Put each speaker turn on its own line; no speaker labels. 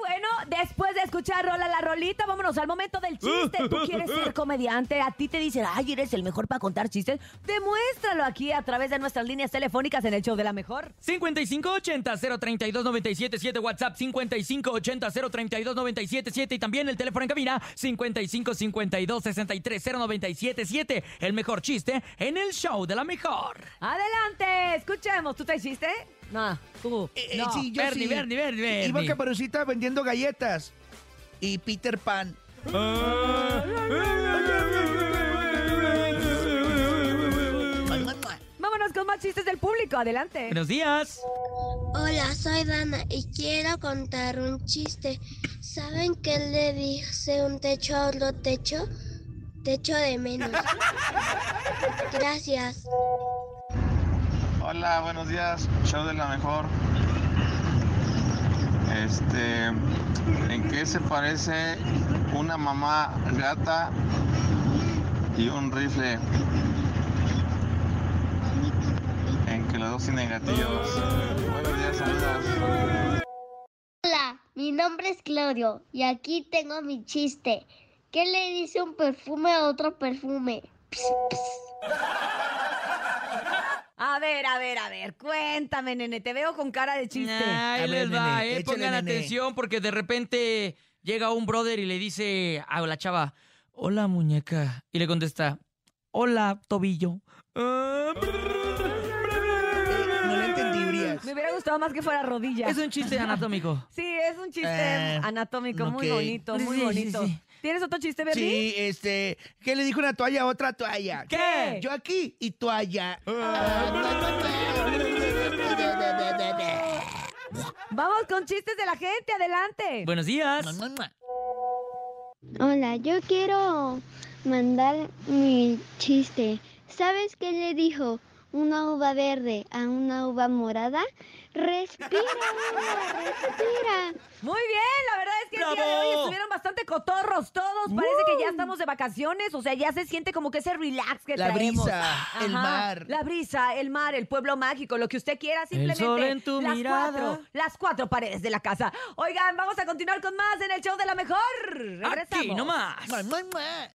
bueno, después de escuchar Rola la Rolita, vámonos al momento del chiste. Tú quieres ser comediante, a ti te dicen, ay, eres el mejor para contar chistes. Demuéstralo aquí a través de nuestras líneas telefónicas en el show de la mejor.
5580-032-977, WhatsApp 5580-032-977 y también el teléfono en cabina 5552-630977. El mejor chiste en el show de la mejor.
Adelante, escuchemos. ¿Tú te hiciste? No, tú.
Eh,
no.
eh, sí, yo
Bernie,
sí.
Bernie, Bernie, Bernie.
Iba Caperucita vendiendo galletas y Peter Pan.
Vámonos con más chistes del público. Adelante.
Buenos días.
Hola, soy Dana y quiero contar un chiste. ¿Saben qué le dice un techo a otro techo? Techo de menos. Gracias.
Hola, buenos días, show de la mejor. Este, ¿en qué se parece una mamá gata y un rifle? En que los dos tienen gatillos. Buenos días, saludos.
Hola, mi nombre es Claudio y aquí tengo mi chiste. ¿Qué le dice un perfume a otro perfume?
A ver, a ver, a ver. Cuéntame, nene. Te veo con cara de chiste.
Ahí
A ver,
les va,
nene,
eh.
échale,
Pongan
nene.
atención porque de repente llega un brother y le dice a la chava, hola muñeca. Y le contesta, hola tobillo. Ah,
Eh, no le entendí, Urias.
Me hubiera gustado más que fuera rodilla.
Es un chiste anatómico.
Sí, es un chiste
Eh,
anatómico muy
ok.
bonito, muy
Sí, sí,
bonito.
sí.
¿Tienes otro chiste, Bernie?
Sí, este, ¿qué le dijo una toalla a otra toalla?
¿Qué? Ah.
Yo aquí y toalla.
Vamos con chistes de la gente, adelante.
Buenos
Ah,
días.
Hola, yo quiero mandar mi chiste. ¿Sabes qué le dijo una uva verde a una uva morada? Respira, uva, respira.
Muy bien, la verdad es que el día de hoy
¡Bravo!
estuvieron bastante cotorros todos. Parece que ya estamos de vacaciones, o sea, ya se siente como que ese relax que
La
traemos.
brisa, el
Ajá,
mar.
La brisa, el mar, el pueblo mágico, lo que usted quiera, simplemente.
sol en tu
las
mirada.
cuatro, las cuatro paredes de la casa. Oigan, vamos a continuar con más en el show de la mejor. Regresamos.
Aquí nomás.
Mua, mua, mua.